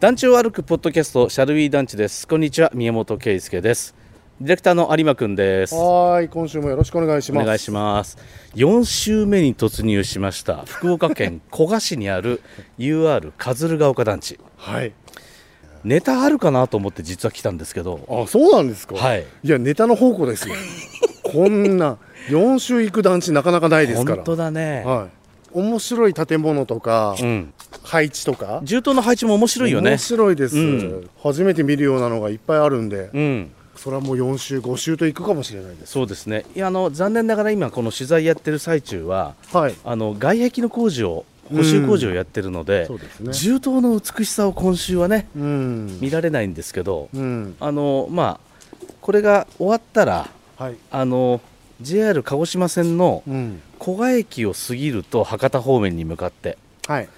団地を歩くポッドキャストシャルウィー団地ですこんにちは宮本圭介ですディレクターの有馬くんですおはーい、今週もよろしくお願いします。願いします4週目に突入しました福岡県古賀市にある UR カズルが丘団地はい。ネタあるかなと思って実は来たんですけどあ、そうなんですか。はい。いや、ネタの宝 庫ですよ。こんな四週行く団地なかなかないですから。本当だね、はい。面白い建物とか、うん、配置とか。銃刀の配置も面白いよね面白いです、うん初めて見るようなのがいっぱいあるんで、うんそれはもう4週5週と行くかもしれないですそうですねいやあの残念ながら今この取材やってる最中ははいあの外壁の工事を補修工事をやってるので,、そうですね銃刀の美しさを今週はねうん見られないんですけど、うんあのまあこれが終わったらはいあの JR 鹿児島線のうん古賀駅を過ぎると博多方面に向かってはい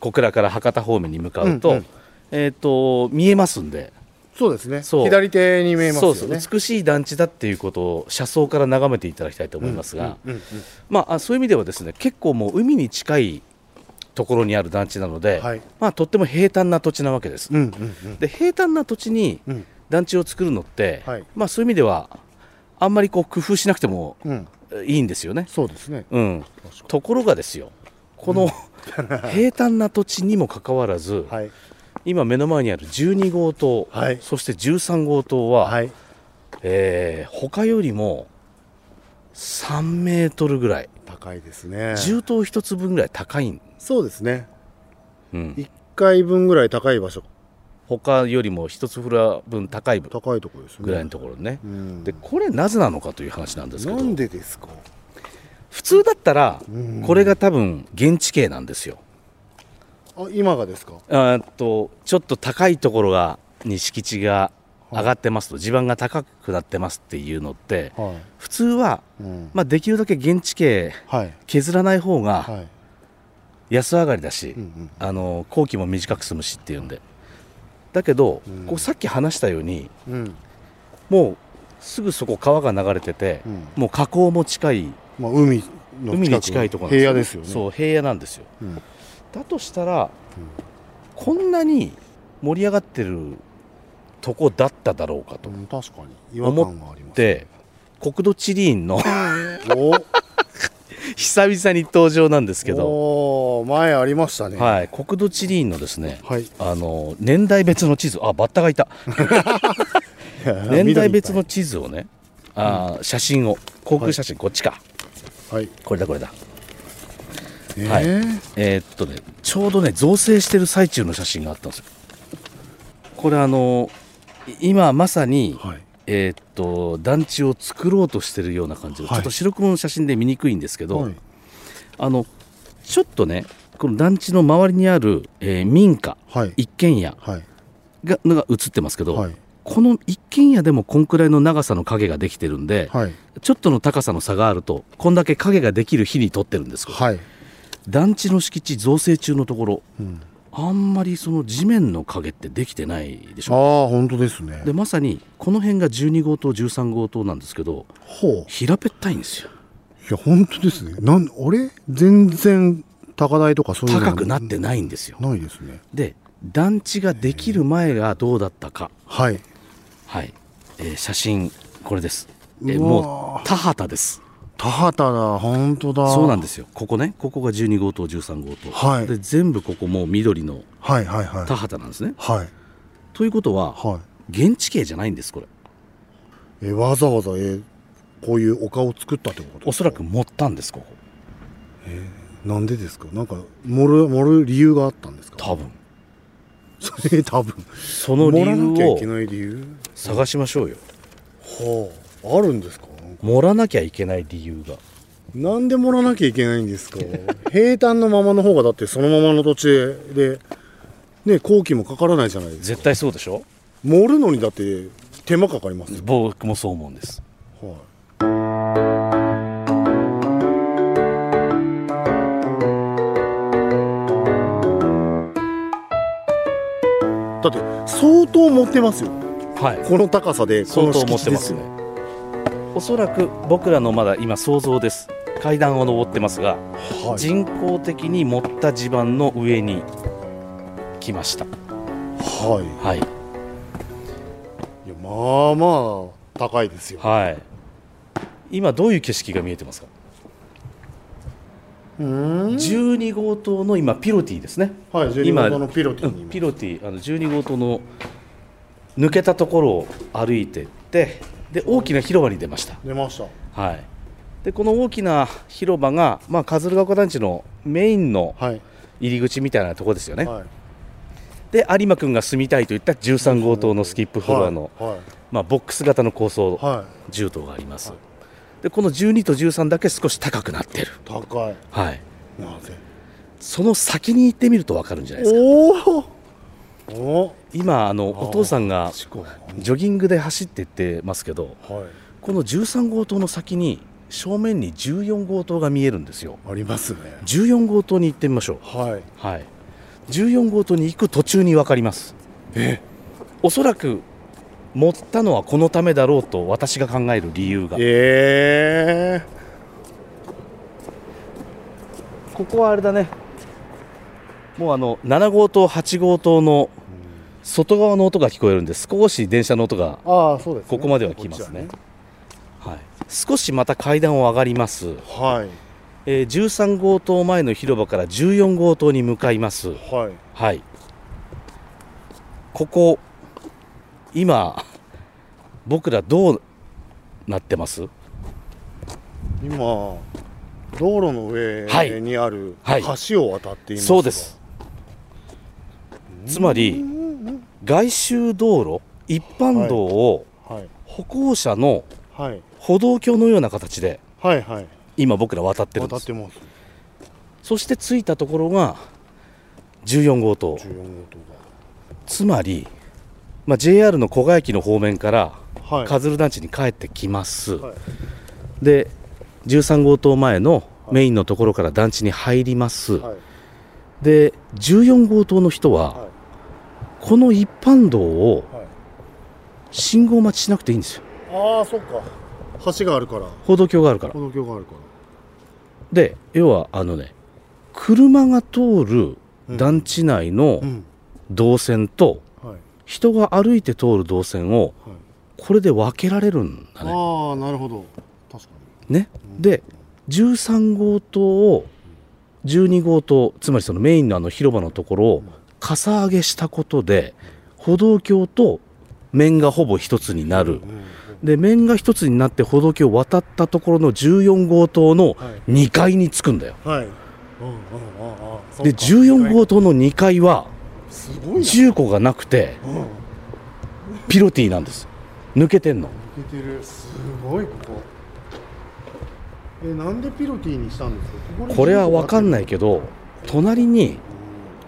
小倉から博多方面に向かうと,、うんうんえー、と見えますんでそうですねそう左手に見えますよねそうそう美しい団地だっていうことを車窓から眺めていただきたいと思いますが、うんうんまああ、そういう意味ではですね結構もう海に近いところにある団地なので、はいまあ、とっても平坦な土地なわけです。うんうんうんで平坦な土地にうん団地を作るのって、はいまあ、そういう意味ではあんまりこう工夫しなくてもうんえいいんですよね。そうですねうん、ところがですよこ の平坦な土地にもかかわらず、はい今目の前にある12号棟、はいそして13号棟は、はいえー他よりも3メートルぐらい高いですね重棟1つ分ぐらい高いん、そうですねうん、 1回分ぐらい高い場所他よりも1つフラ分高い分高いところですねぐらいのところね、うんでこれなぜなのかという話なんですけなどんでですか普通だったらうんこれが多分現地形なんですよあ今がですかあーっとちょっと高いところがに敷地が上がってますと地盤が高くなってますっていうのっては普通は、いうんまあ、できるだけ現地形はい削らない方がはい安上がりだし、うんうんあの工期も短く済むしっていうんでだけど、うんこうさっき話したようにうんもうすぐそこ川が流れてて、うんもう河口も近いまあ海の海に近いところなん平野ですよねそう平野なんですようんだとしたら、こんなに盛り上がってるとこだっただろうかとうん確かに違和感がありますで国土地理院の お久々に登場なんですけど、おー前ありましたねはい、国土地理院のですねはいあの年代別の地図あバッタが いた 年代別の地図をねあー写真を航空写真、こっちかはいこれだこれだえはいーえーっとねちょうどね造成してる最中の写真があったんですよこれあのい今まさに、はいえーっと団地を作ろうとしてるような感じで、はいちょっと白黒の写真で見にくいんですけど、はいあのちょっとねこの団地の周りにある、えー民家はい一軒家はいがのが映ってますけど、はいこの一軒家でもこんくらいの長さの影ができてるんで、はいちょっとの高さの差があるとこんだけ影ができる日に撮ってるんですけどはい団地の敷地造成中のところうんあんまりその地面の影ってできてないでしあょあ本当ですねでまさにこの辺が12号棟13号棟なんですけどほう平べったいんですよいや本当ですねなんあれ全然高台とかそういうの高くなってないんですよないですねで団地ができる前がどうだったかはいはい、えー写真これです、えーうわーもう田畑です田畑だ本当だそうなんすですよここねここが12号棟13号棟、はいで全部ここもう緑のはいはいはい田畑なんですね、はいということははい現地形じゃないんですこれえわざわざえこういう丘を作ったってことおそらく盛ったんですここなんでですかなんか盛る盛る理由があったんですか多分そ れ多分その理盛らなきゃいけ由をない理由探しましょうよはああるんですかなんか盛らなきゃいけない理由がなんで盛らなきゃいけないんですか平坦のままの方がだってそのままの土地でね工期もかからないじゃないですか絶対そうでしょ盛るのにだって手間かかりますよ、僕もそう思うんですはいだって相当持ってますよはいこの高さでこ相の当持ってま敷地ですすねよおそらく僕らのまだ今想像です階段を登ってますが、はい人工的に盛った地盤の上に来ましたはいはいいやまあまあ高いですよはい今どういう景色が見えてますかうーん12号棟の今ピロティですねはい12今号棟のピロティにいますピロティあの12号棟の抜けたところを歩いてってで大きな広場に出ました出ましたはいでこの大きな広場が、まあ、葛岡団地のメインのはい、入り口みたいなところですよね、はい、で有馬君が住みたいといった13号棟のスキップフロアの、はいまあ、ボックス型の高層はい、はい住棟があります、でこの12と13だけ少し高くなってる、高いはい、なぜその先に行ってみると分かるんじゃないですかおおお今あのお父さんがしこジョギングで走っていってますけどはいこの13号棟の先に正面に14号棟が見えるんですよありますね14号棟に行ってみましょうはいはい、14号棟に行く途中に分かりますえおそらく持ったのはこのためだろうと私が考える理由がええここはあれだねもうあの7号棟8号棟の外側の音が聞こえるんで少し電車の音が、ああそうです、ここまでは来ますねはい、少しまた階段を上がります、こっちはねえー13号棟前の広場から14号棟に向かいますはいはいはい。ここ、今、僕らどうなってます今道路のはい上にあるはい橋を渡っていますが、そうですつまりうんうん外周道路、一般道をはい歩行者のはい歩道橋のような形で、はいはい今僕ら渡ってるん渡でっすて。ますそして着いたところが14号棟。 14号棟つまり、まあ、JR の古賀駅の方面から、がはいカズル団地に帰ってきます。はいで13号棟前のメインのところから団地に入ります、はいで14号棟の人ははこの一般道をいはい信号待ちしなくていいんですよああそっか橋があるから歩道橋があるから歩道橋があるかで要はあのね車が通るうん団地内のらうん動線とはい人が歩いて通る動線をはいこれで分けられるんだねああなるほど確かねにで13号棟を12号棟つまりそのメインのあの広場のところをかさ上げしたことで歩道橋と面がほぼ一つになるうんうんで面が一つになって歩道橋を渡ったところの14号棟のはい2階に着くんだよはいうんうんうんうんで14号棟の2階はすごいな住戸がなくてうん抜ピロティなんです抜けてんのけてるすごいここえなんでピロティにしたんですかこれは分かんないいけど隣に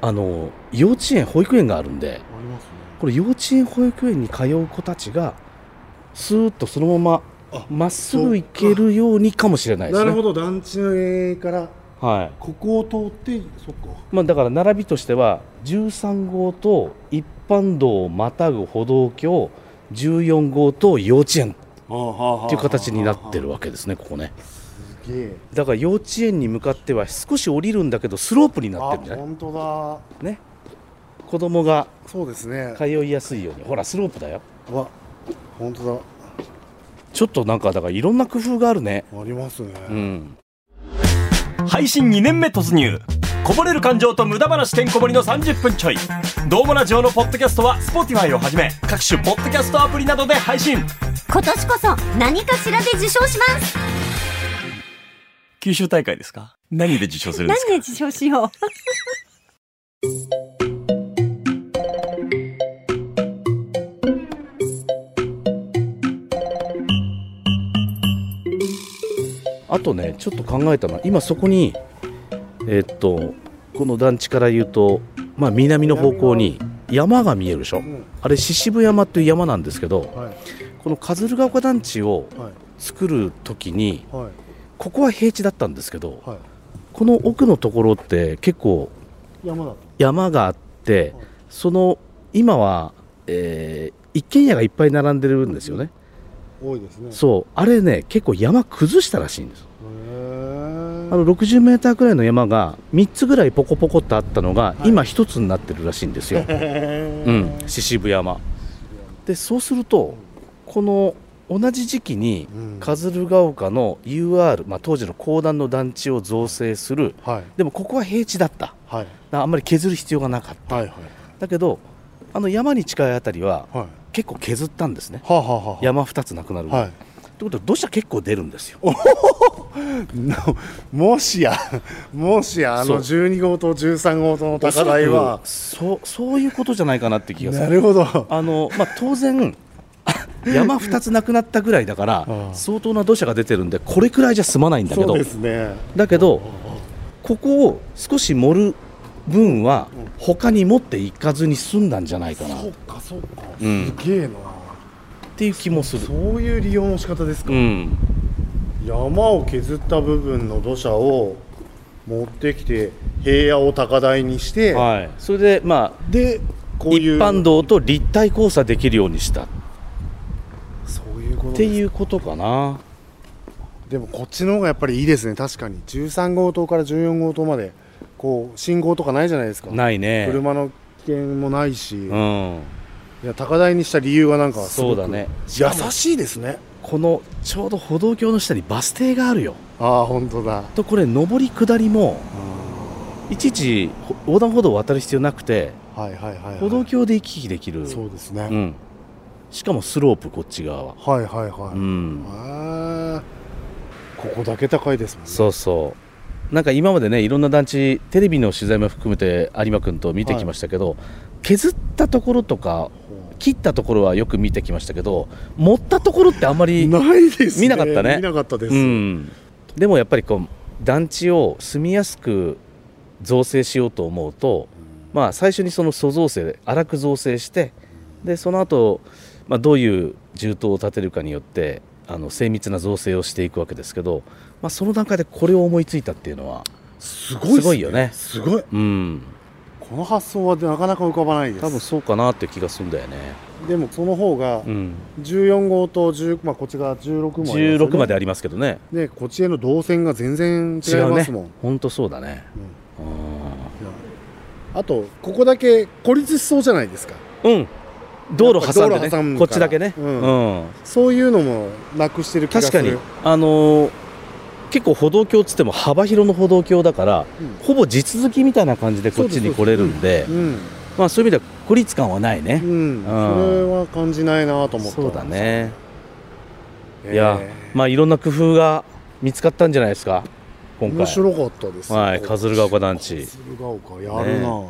あの幼稚園保育園があるんでありますねこれ幼稚園保育園に通う子たちがスーッとそのままあまっすぐ行けるようにかもしれないですなね。るほど団地の絵からはいここを通ってそっかまあ、だから並びとしては13号と一般道をまたぐ歩道橋14号と幼稚園っっていう形になってるわけですねここねすげえだから幼稚園に向かっては少し降りるんだけどスロープになってあるんじゃない本当だね子供がそうですね通いやすいようにほらスロープだよわ本当ちょっとなんかだからいろんな工夫があるねだありますねうん配信2年目突入こぼれる感情と無駄話てんこ盛りの30分ちょいどうもラジオのポッドキャストは Spotify をはじめ各種ポッドキャストアプリなどで配信今年こそ何かしらで受賞します九州大会ですか何で受賞するんです何かで受賞しようあとねちょっと考えたのは今そこにえっとこの団地から言うと、まあ、南の方向に山が見えるでしょ、んあれ獅子山という山なんですけどはいこの葛ヶ丘団地をはい作る時にはいここは平地だったんですけどはいこの奥のところって結構山だと山があってはいその今は、えー一軒家がいっぱい並んでるんですよね多いですねそうあれね結構山崩したらしいんですへあの60メーターくらいの山が3つぐらいポコポコっとあったのが、今1つになってるらしいんです よ。うん、獅子山でそうするとこの同じ時期にうん鶴ヶ丘の UR、まあ、当時の公団の団地を造成するはいでもここは平地だっただかはいらあんまり削る必要がなかったはいはいだけどあの山に近いあたりははいは結構削ったんですねあはあはあはあ山2つなくなるぐらいはい ってことは土砂結構出るんですよなもしや、もしや、あの12号棟、13号棟の高台は、そうそういうことじゃないかなって気がすなるるほど、あの、まあ、当 然山2つなくなったぐらいだからああ相当な土砂が出てるんでこれくらいじゃ済まないんだけそどうですね、だけどここを少し盛る分は他に持っていかずに済んだんじゃないかなっそっか、そっか、うんすげえな、ていう気もする。そういう利用の仕方ですか、うん、山を削った部分の土砂を持ってきて、平野を高台にして、はい、それでまあで、こう一いう、般道と立体交差できるようにしたっそういうことてですいうことかな。でもこっちの方がやっぱりいいですね、確かに、13号棟から14号棟まで、こう、信号とかないじゃないですか、ないね。車の危険もないし。うん、いや高台にした理由がなんかすごそうくだね。優しいですねこのちょうど歩道橋の下にバス停があるよ。ああ本当だとこれ上り下りもいちいちほ横断歩道を渡る必要なくてはいはいはい、はい、歩道橋で行き来できる。そうですね、うん、しかもスロープこっち側は。はいはいはうい、ん、ああここだけ高いですもんねそうそうなんか今までねいろんな団地テレビの取材も含めて有馬君と見てきましたけど、削ったところとか切ったところはよく見てきましたけど持ったところってあんまり、ないですね見なかったね見なかったです、うん、でもやっぱりこう団地を住みやすく造成しようと思うと、まあ、最初にその粗造成で荒く造成してでその後、まあどういう銃刀を建てるかによってあの精密な造成をしていくわけですけど、まあ、その段階でこれを思いついたっていうのは、すごいっすすごいよねすごいうん、この発想はなかなか浮かばないです多分そうかなって気がするんだよね、でもその方がうん、 14号と10、まあ、こっちが16もありますよね16までありますけどねでこっちへの動線が全然違違いうますもん、ね本当そうだね、あとここだけ孤立しそうじゃないですかうん、うん、道路挟んでやっぱ道路挟むねこからっちだけね、うんうん、そういうのもなくしてる気が確すかるに、あのー結構歩道橋っつっても幅広の歩道橋だから、うんほぼ地続きみたいな感じでこっちに来れるんでうん、まあ、そういう意味では孤立感はないね、うん、それは感じないなと思ったそうだ、ね、えーいやまあいろんな工夫が見つかったんじゃないですか今面回、白かったですはい、鶴ヶ丘団地、鶴ヶ丘やるな、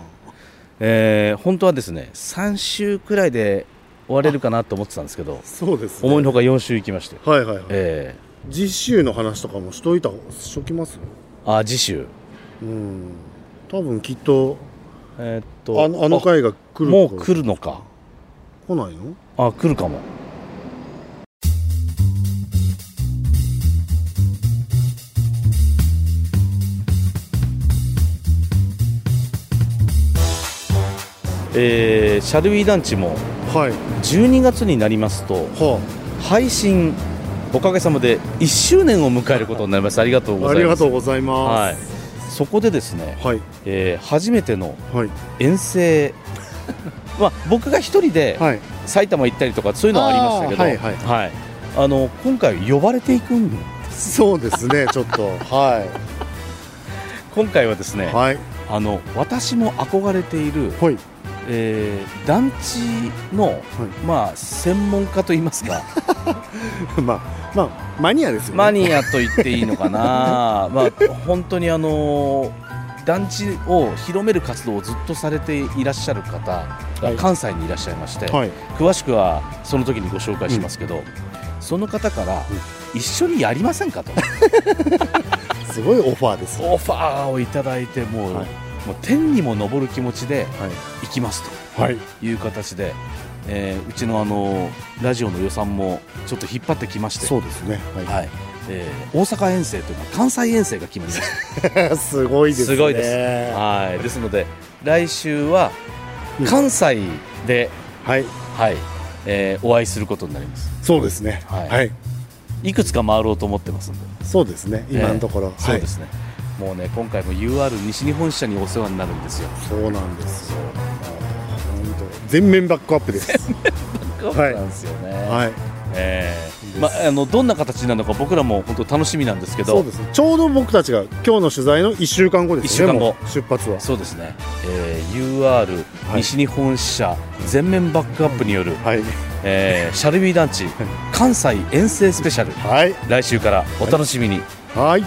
えー本当はですね3週くらいで終われるかなと思ってたんですけどそうです、ね、思いのほか4週行きまして、はいはいはい、え実習の話とかもしといたしときますー、あ次週うん多分きっとえーっとあのあのあ回が来るもう来るのか来ないのあ来るかもえー、シャルウィー団地もはい12月になりますとは配信おかげさまで1周年を迎えることになりましたありがとうあごあざりいがますとうございまはいす、そこでですね、はいえー初めてのはい遠 征まあ僕が一人ではい埼玉行ったりとかそういうのはありましたけどあーはいはいはいあの今回呼ばれていくんそうですね ちょっとは今回はですね、いはいあの私も憧れている、はいえー団地の、まあ専門家といいますか まあまあマニアですよ ねマニアと言っていいのか なまあ本当にあの団地を広める活動をずっとされていらっしゃる方が関西にいらっしゃいまして、はい詳しくはその時にご紹介しますけど、その方から、一緒にやりませんかとすごいオファーですよオファーをいただいてもう,、はいもう天にも昇る気持ちではい行きますはいという形で、えーうちのあのラジオの予算もちょっと引っ張ってきまして、そうですねはいはいえー大阪遠征というか関西遠征が決まりましすごい ですね。すごいですたはいですので来週はうん関西で、はい、はいえーお会いすることになりますそうですね。ははいい、いくつか回ろうと思ってますんでそうですね。今のところ、そうですね、もうね今回も UR 西日本支社にお世話になるんですよそうなんですよ本当全面バックアップです そうはいなんですよね、はいえいいえですまあのどんな形になるのか僕らも本当楽しみなんですけどそうですねちょうど僕たちが今日の取材の1週間後ですよね一週間後もう出発はそうですね、えー UR はい西日本支社全面バックアップによる、はいえーシャルビー団地関西遠征スペシャルはい来週からお楽しみに、はい